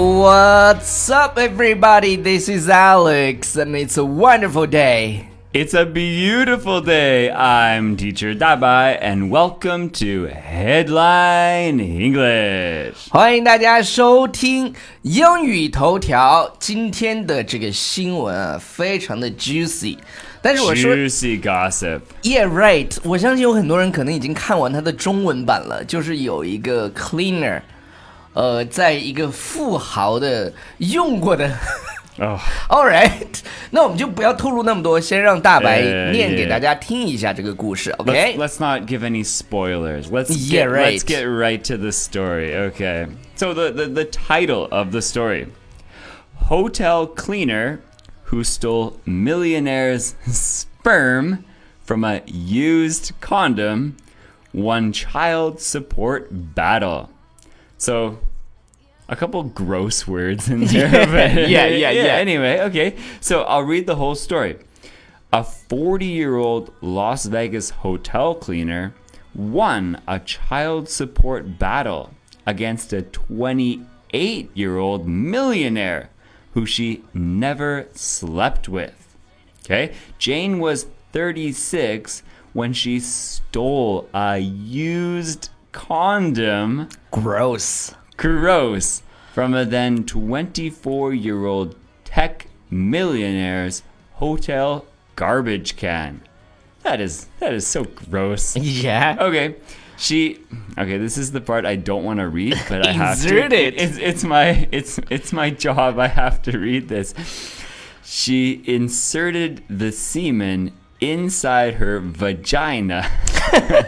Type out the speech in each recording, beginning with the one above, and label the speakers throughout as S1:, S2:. S1: What's up, everybody? This is Alex, and it's a wonderful day.
S2: It's a beautiful day. I'm teacher Dabai, and welcome to Headline English.
S1: 欢迎大家收听英语头条。今天的这个新闻啊，非常的 juicy。但是我说
S2: Juicy gossip.
S1: Yeah, right。我相信有很多人可能已经看完它的中文版了，就是有一个 cleaner，呃，在一个富豪的用过的。
S2: Oh,
S1: All right，那我们就不要透露那么多，先让大白
S2: Yeah,
S1: 念给
S2: yeah.
S1: 大家听一下这个故事。
S2: let's,
S1: OK，
S2: let's not give any spoilers. Let's
S1: Yeah,
S2: get,
S1: right.
S2: let's get right to the story. Okay. So the, the the title of the story: Hotel cleaner who stole millionaire's sperm from a used condom won child support battle. So a couple gross words in there. but-
S1: yeah, yeah, yeah.
S2: Anyway, okay. So I'll read the whole story. A 40 year old Las Vegas hotel cleaner won a child support battle against a 28 year old millionaire who she never slept with. Okay. Jane was 36 when she stole a used condom.
S1: gross。
S2: Gross. From a then 24 year old tech millionaire's hotel garbage can. That is that is so gross.
S1: Yeah.
S2: Okay. She Okay, this is the part I don't want to read, but I have to.
S1: Insert it.
S2: It's it's my it's it's my job. I have to read this. She inserted the semen inside her vagina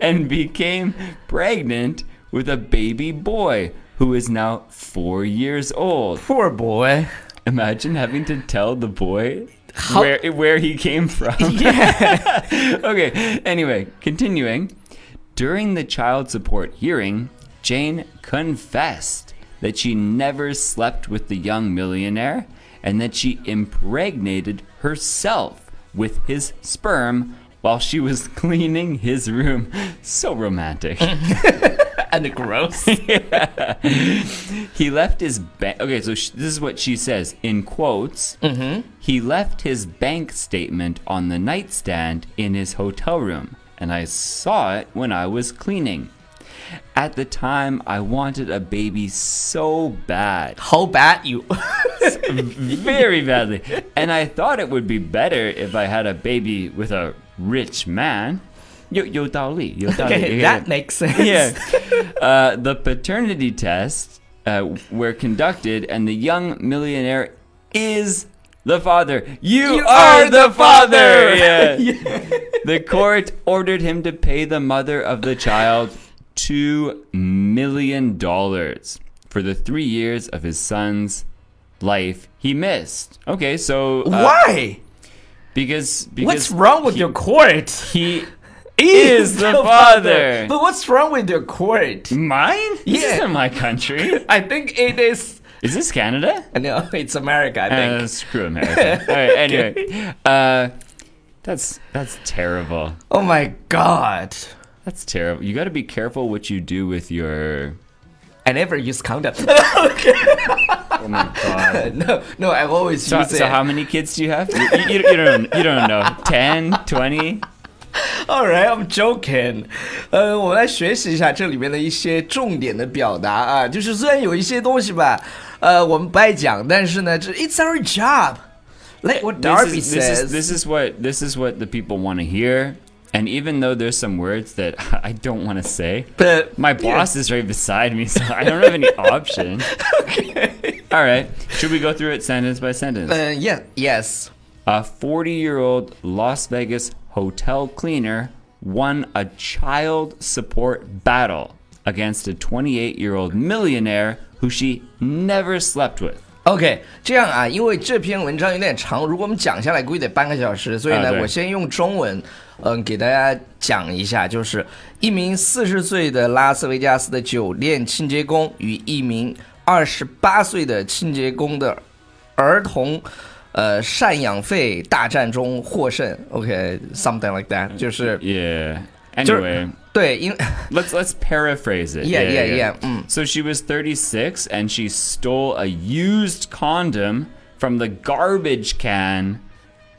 S2: and became pregnant with a baby boy who is now 4 years old.
S1: Poor boy.
S2: Imagine having to tell the boy
S1: How-
S2: where where he came from. okay. Anyway, continuing. During the child support hearing, Jane confessed that she never slept with the young millionaire and that she impregnated herself with his sperm while she was cleaning his room. So romantic.
S1: And gross.
S2: He left his bank. Okay, so sh- this is what she says in quotes. Mm-hmm. He left his bank statement on the nightstand in his hotel room, and I saw it when I was cleaning. At the time, I wanted a baby so bad,
S1: How bad you?
S2: very badly, and I thought it would be better if I had a baby with a rich man. 有-有道理，有道理。
S1: Okay,
S2: Okay.
S1: that makes sense.
S2: Yeah. Uh, the paternity tests uh, were conducted, and the young millionaire is the father. You,
S1: You
S2: are,
S1: are
S2: the
S1: the
S2: father.
S1: father.
S2: Yeah. The court ordered him to pay the mother of the child two million dollars for the three years of his son's life he missed. Okay, so uh,
S1: Why?
S2: Because because
S1: What's wrong with
S2: he,
S1: your court?
S2: He is the father.
S1: But what's wrong with your court?
S2: Mine? This
S1: Yeah.
S2: isn't my country.
S1: I think it is.
S2: Is this Canada?
S1: No, it's America. I think.
S2: Uh, screw America. All right. Anyway, uh, that's that's terrible.
S1: oh my god.
S2: That's terrible. You got to be careful what you do with your.
S1: I never use condom.
S2: Oh my god.
S1: no, no, I've always
S2: So,
S1: used
S2: so
S1: it.
S2: how many kids do you have? You, you, you don't you don't know. 10, 20?
S1: All right, I'm joking。呃，我们来学习一下这里面的一些重点的表达啊，就是虽然有一些东西吧，呃，我们不爱讲，但是呢，这 It's our job。Like what
S2: This
S1: Darby
S2: is, this
S1: says，
S2: is this is what this is what the people want to hear. And even though there's some words that I don't want to say,
S1: But-
S2: my boss is right beside me, so I don't have any option. okay. All right. Should we go through it sentence by sentence?
S1: 嗯、y e s y e s
S2: A 40 year old Las Vegas hotel cleaner won a child support battle against a 28 year old millionaire who she never slept with.
S1: OK，这样啊，因为这篇文章有点长，如果我们讲下来，估计得半个小时，所以
S2: 啊
S1: 呢，
S2: 对
S1: 我先用中文，嗯、给大家讲一下，就是一名四十岁的拉斯维加斯的酒店清洁工与一名二十八岁的清洁工的儿童。呃，赡养费大战中获胜，OK，something、like that，就是
S2: Yeah. Anyway,
S1: 对，因为
S2: let's let's paraphrase it.
S1: Yeah, yeah, yeah, mm.
S2: So she was 36 and she stole a used condom from the garbage can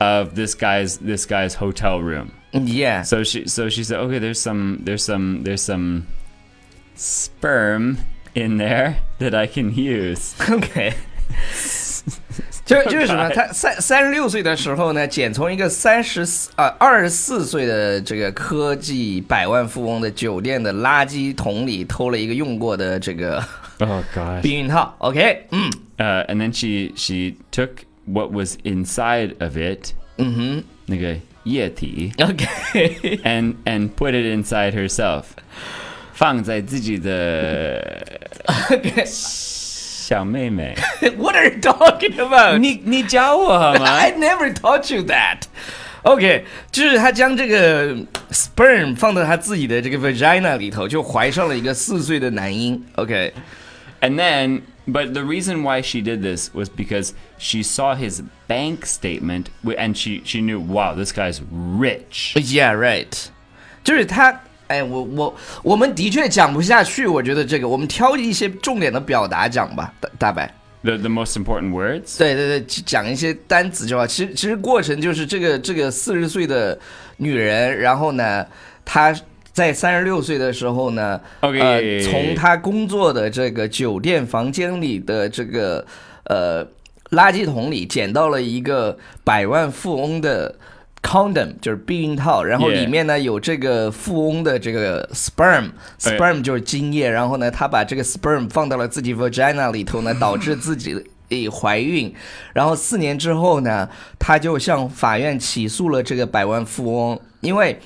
S2: of this guy's this guy's hotel room.
S1: yeah，
S2: So she so she said, okay, there's some there's some there's some sperm in there that I can use.
S1: OK，就是就是什么？他三三十六岁的时候呢，简从一个三十四啊二十四岁的这个科技百万富翁的酒店的垃圾桶里偷了一个用过的这个
S2: Oh gosh.
S1: 避孕套。OK，嗯
S2: Uh, and then she she took what was inside of it,
S1: 嗯
S2: like yeti,
S1: 哼，OK，
S2: and and put it inside herself. 放在自己的小妹妹。
S1: What are you talking about?
S2: 你-你教我好吗？
S1: I never taught you that. OK，就是他将这个 sperm 放到他自己的这个 vagina 里头，就怀上了一个四岁的男婴。OK，
S2: And then, but the reason why she did this was because she saw his bank statement wi- and she, she knew, wow, this guy's rich.
S1: Yeah, right，就是他。哎，我我我们的确讲不下去，我觉得这个我们挑一些重点的表达讲吧，大大白。
S2: The, the most important words.
S1: 对对对，讲一些单词就好。其实其实过程就是这个这个四十岁的女人，然后呢，她在三十六岁的时候呢
S2: OK，
S1: 呃，从她工作的这个酒店房间里的这个呃垃圾桶里捡到了一个百万富翁的 condom，就是避孕套，然后
S2: Yeah
S1: 里面呢有这个富翁的这个 sperm。
S2: 哎
S1: sperm 就是精液，然后呢，她把这个 sperm 放到了自己 vagina 里头呢，导致自己诶怀孕， 然后四年之后呢，她就向法院起诉了这个百万富翁，因为。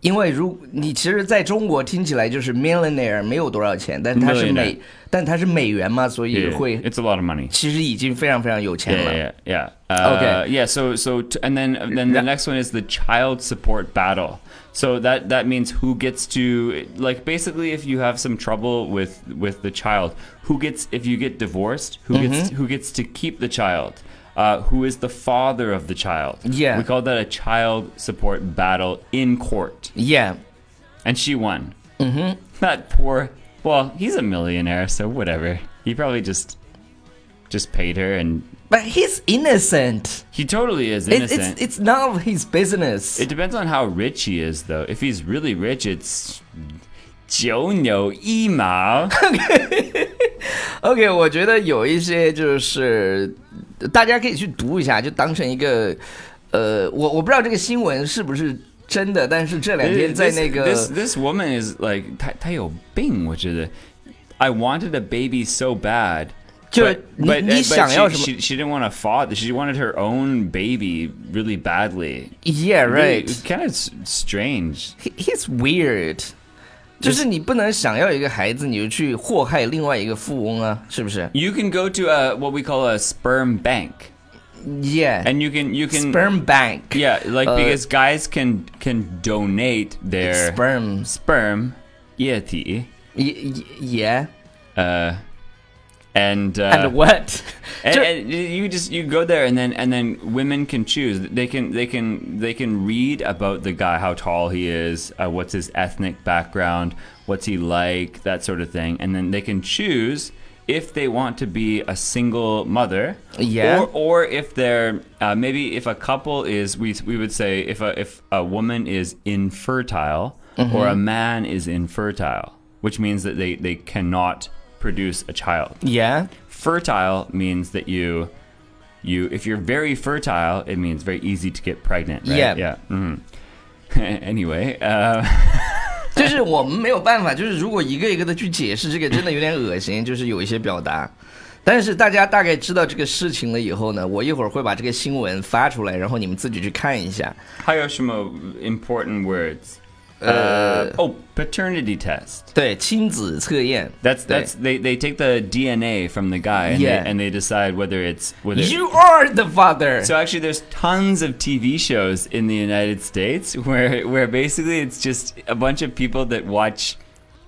S1: 因为如你其实在中国听起来就是 millionaire 没有多少钱，但他是
S2: Millionaire
S1: 美，但他是美元嘛，所以
S2: Yeah,
S1: 会
S2: it's a lot of money.
S1: 其实已经非常非常有钱
S2: Yeah,
S1: 了。
S2: yeah, yeah. Uh,
S1: Okay.
S2: Yeah. So, so, t- and then, then the
S1: Yeah.
S2: next one is the child support battle. So that that means who gets to like basically if you have some trouble with with the child, who gets if you get divorced, who
S1: Mm-hmm.
S2: gets who gets to keep the child, uh, who is the father of the child.
S1: Yeah.
S2: We call that a child support battle in court,
S1: Yeah,
S2: and she won. Mm-hmm. That poor. Well, he's a millionaire, so whatever. He probably just just paid her and
S1: but he's innocent.
S2: he totally is
S1: It,
S2: innocent.
S1: it's it's none of his business.
S2: it depends on how rich he is, though. If he's really rich, it's. 九牛一毛.
S1: OK，我觉得有一些就是大家可以去读一下，就当成一个呃，我我不知道这个新闻是不是真的，但是这两天
S2: This,
S1: 在那
S2: this,
S1: 个
S2: this, this woman is like 她-她有病,我觉得. I wanted a baby so bad.
S1: 就
S2: but,
S1: 你
S2: but,
S1: 你
S2: but
S1: 想要
S2: she,
S1: 什么
S2: she, she didn't want a father. She wanted her own baby really badly.
S1: ？Yeah,
S2: Really,
S1: right.
S2: it's kind of s- strange.
S1: He- He's weird. 就是你不能想要一个孩子，你就去祸害另外一个富翁啊，是不是
S2: You can go to a, what we call a sperm bank,
S1: ？Yeah,
S2: and you can you can
S1: sperm bank.
S2: Yeah, like
S1: Uh,
S2: because guys can can donate their
S1: Sperm.
S2: sperm, yeti,
S1: Y- y- Yeah.
S2: uh, and uh,
S1: And what?
S2: and-
S1: 就
S2: and you just you go there and then and then women can choose. They can they can they can read about the guy, how tall he is, uh, what's his ethnic background, what's he like, that sort of thing, and then they can choose if they want to be a single mother.
S1: Yeah.
S2: Or or if they're uh, maybe if a couple is we we would say if a if a woman is infertile or a man is infertile, which means that they they cannot produce a child.
S1: Yeah.
S2: Fertile means that you you if you're very fertile, it means very easy to get pregnant. Right?
S1: Yeah.
S2: Yeah. mhm. anyway, uh,
S1: 就是我们没有办法，就是如果一个一个的去解释这个，真的有点恶心，就是有一些表达。但是大家大概知道这个事情了以后呢，我一会儿会把这个新闻发出来，然后你们自己去看一下。
S2: Hayoshimo important words. Uh, oh, paternity test.
S1: 对，亲子测验。
S2: That's
S1: 对
S2: that's they, they take the DNA from the guy and,
S1: Yeah.
S2: they, and they decide whether it's whether
S1: You are the father.
S2: so actually there's tons of TV shows in the United States where where basically it's just a bunch of people that watch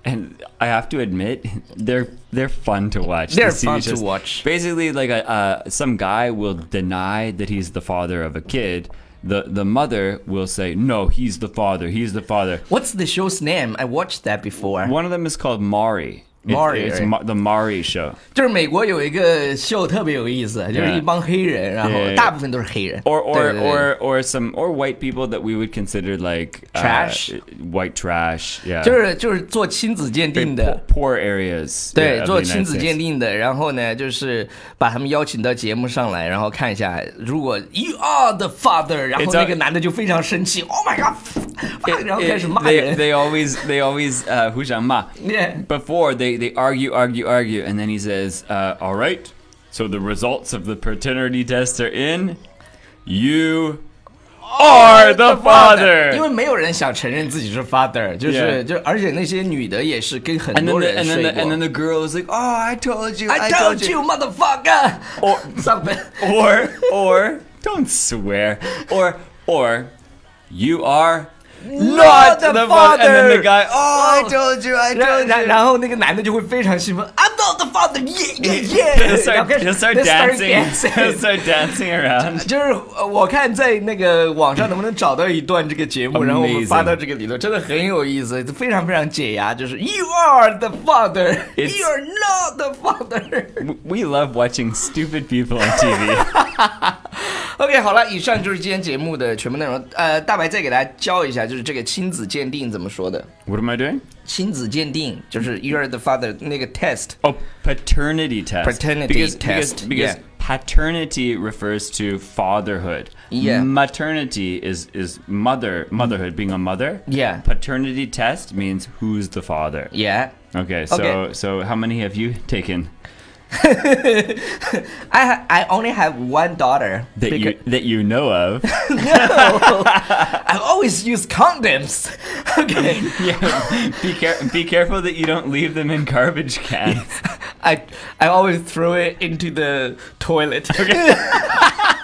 S2: and I have to admit they're they're fun to watch.
S1: They're
S2: These TV
S1: fun to
S2: shows.
S1: watch.
S2: uh, Basically like a, uh, some guy will deny that he's the father of a kid the the mother will say, "No, he's the father. He's the father."
S1: What's the show's name? I watched that before.
S2: One of them is called Mari. It's-
S1: Mari,
S2: It's,
S1: right.
S2: Ma- the Mari show.
S1: 就是美国有一个秀特别有意思，就是一帮黑人，然后
S2: Yeah.
S1: 大部分都是黑人
S2: Or or
S1: 对对对
S2: or or some or white people that we would consider like uh,
S1: Trash?
S2: white trash. Yeah.
S1: 就是就是做亲子鉴定
S2: poor,
S1: 的。
S2: poor areas.
S1: 对
S2: yeah,，of
S1: 做
S2: the
S1: 亲
S2: United
S1: 子
S2: States.
S1: 鉴定的，然后呢，就是把他们邀请到节目上来，然后看一下，如果 you are the father，然后
S2: It's a-
S1: 那个男的就非常生气，Oh my god，
S2: It-
S1: 然后开始
S2: it-
S1: 骂
S2: they,
S1: 人。
S2: they always they always uh, 互相骂.
S1: Yeah.
S2: Before they they argue argue argue and then he says, uh, "All right, so the results of the paternity test are in. You are the father."
S1: 因为没有人想承认自己是 father，就是
S2: Yeah.
S1: 就而且那些女的也是跟很
S2: and
S1: 多
S2: then,
S1: 人
S2: the, and,
S1: 睡过。
S2: then the, and then the girl is like, "Oh, I told you,
S1: I told you, motherfucker.
S2: Or-
S1: something.
S2: Or or don't swear. Or or you are
S1: Not the
S2: father. And then
S1: father.
S2: the guy, "Oh,
S1: Oh.
S2: I told you, I
S1: 然后
S2: told
S1: 然
S2: you."
S1: 然后那个男的就会非常兴奋，I'm not the father, yeah yeah
S2: He'll
S1: yeah，然后
S2: start,
S1: 开
S2: he'll
S1: 始
S2: start
S1: they start
S2: dancing. He'll
S1: dancing
S2: start dancing around.
S1: 就是呃我看在那个网上能不能找到一段这个节目，然后我们
S2: Amazing
S1: 发到这个里头，真的很有意思，非常非常解压。就是 You are the father,
S2: It's-
S1: you are not the father。
S2: W- We love watching stupid people on TV.
S1: OK，好了，以上就是今天节目的全部内容。呃，大白再给大家教一下，就是这个亲子鉴定怎么说的。
S2: what am I doing?
S1: 亲子鉴定就是 You are the father 那个 test。
S2: Oh, paternity test.
S1: Paternity
S2: because,
S1: test,
S2: Because,
S1: yeah.
S2: because paternity refers to fatherhood.
S1: Yeah.
S2: Maternity is is mother motherhood being a mother.
S1: Yeah.
S2: Paternity test means who's the father.
S1: Yeah.
S2: Okay. So
S1: Okay.
S2: so how many have you taken
S1: I ha- I only have one daughter.
S2: that you that you know of?
S1: I always use condoms. Okay.
S2: yeah. Be care- be careful that you don't leave them in garbage cans.
S1: I I always throw it into the toilet.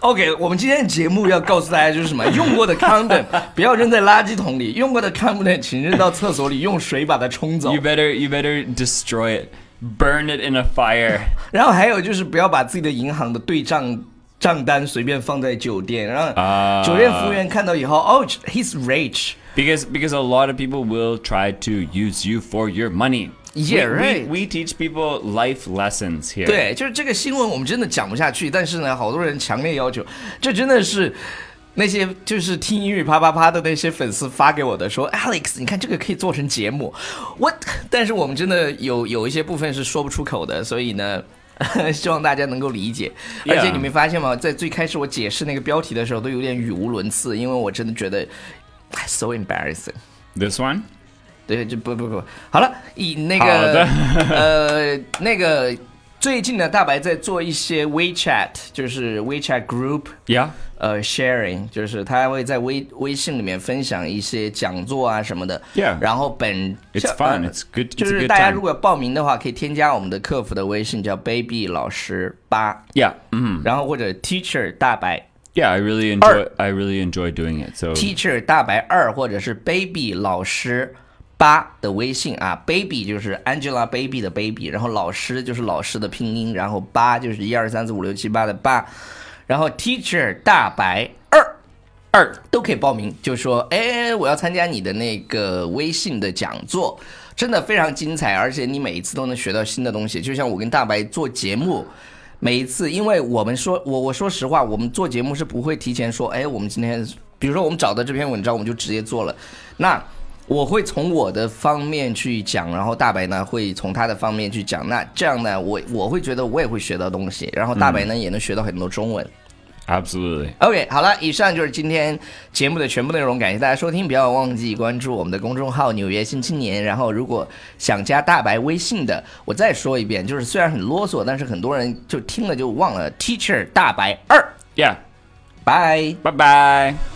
S1: OK，我们今天的节目要告诉大家就是什么，用过的 condom 不要扔在垃圾桶里，用过的 condom 请扔到厕所里，用水把它冲走
S2: You。better you better destroy it. Burn it in a fire.
S1: 然后还有就是不要把自己的银行的对账账单随便放在酒店，然
S2: 啊
S1: 后酒店服务员看到以后，哦，he's rich。
S2: Because because a lot of people will try to use you for your money.
S1: Yeah,
S2: We- we-
S1: right.
S2: We, teach people life lessons here.
S1: 对，就是这个新闻我们真的讲不下去，但是呢，好多人强烈要求，这真的是。那些就是听英语啪啪啪的那些粉丝发给我的说，Alex，你看这个可以做成节目，我，但是我们真的有有一些部分是说不出口的，所以呢， 希望大家能够理解。而且
S2: Yeah.
S1: 你没发现吗？在最开始我解释那个标题的时候，都有点语无伦次，因为我真的觉得哎 so embarrassing。
S2: This one?
S1: 对，这不不不，好了，以那个
S2: 好的
S1: 呃那个最近呢，大白在做一些 WeChat，就是 WeChat Group。
S2: Yeah.
S1: 呃，sharing 就是他会在微微信里面分享一些讲座啊什么的
S2: Yeah.
S1: 然后本
S2: It's
S1: 像
S2: fun.
S1: 呃
S2: It's good. It's
S1: 就
S2: a
S1: 是
S2: good
S1: 大家
S2: time.
S1: 如果要报名的话，可以添加我们的客服的微信，叫 baby 老师八
S2: Yeah. mhm.
S1: 然后或者 teacher 大白
S2: Yeah. I really enjoy. I really enjoy doing it. So
S1: teacher 大白二，或者是 baby 老师八的微信啊，baby 就是 Angelababy 的 baby，然后老师就是老师的拼音，然后八就是一二三四五六七八的八，然后 teacher 大白二。
S2: 二
S1: 都可以报名，就说哎，我要参加你的那个微信的讲座，真的非常精彩，而且你每一次都能学到新的东西。就像我跟大白做节目，每一次，因为我们说，我我说实话，我们做节目是不会提前说，哎，我们今天，比如说我们找到这篇文章，我们就直接做了，那。我会从我的方面去讲，然后大白呢会从他的方面去讲。那这样呢，我我会觉得我也会学到东西，然后大白呢、也能学到很多中文。
S2: absolutely.
S1: OK，好了，以上就是今天节目的全部内容，感谢大家收听，不要忘记关注我们的公众号《纽约新青年》。然后，如果想加大白微信的，我再说一遍，就是虽然很啰嗦，但是很多人就听了就忘了。Teacher 大白二，
S2: Yeah.
S1: 拜。
S2: Bye bye.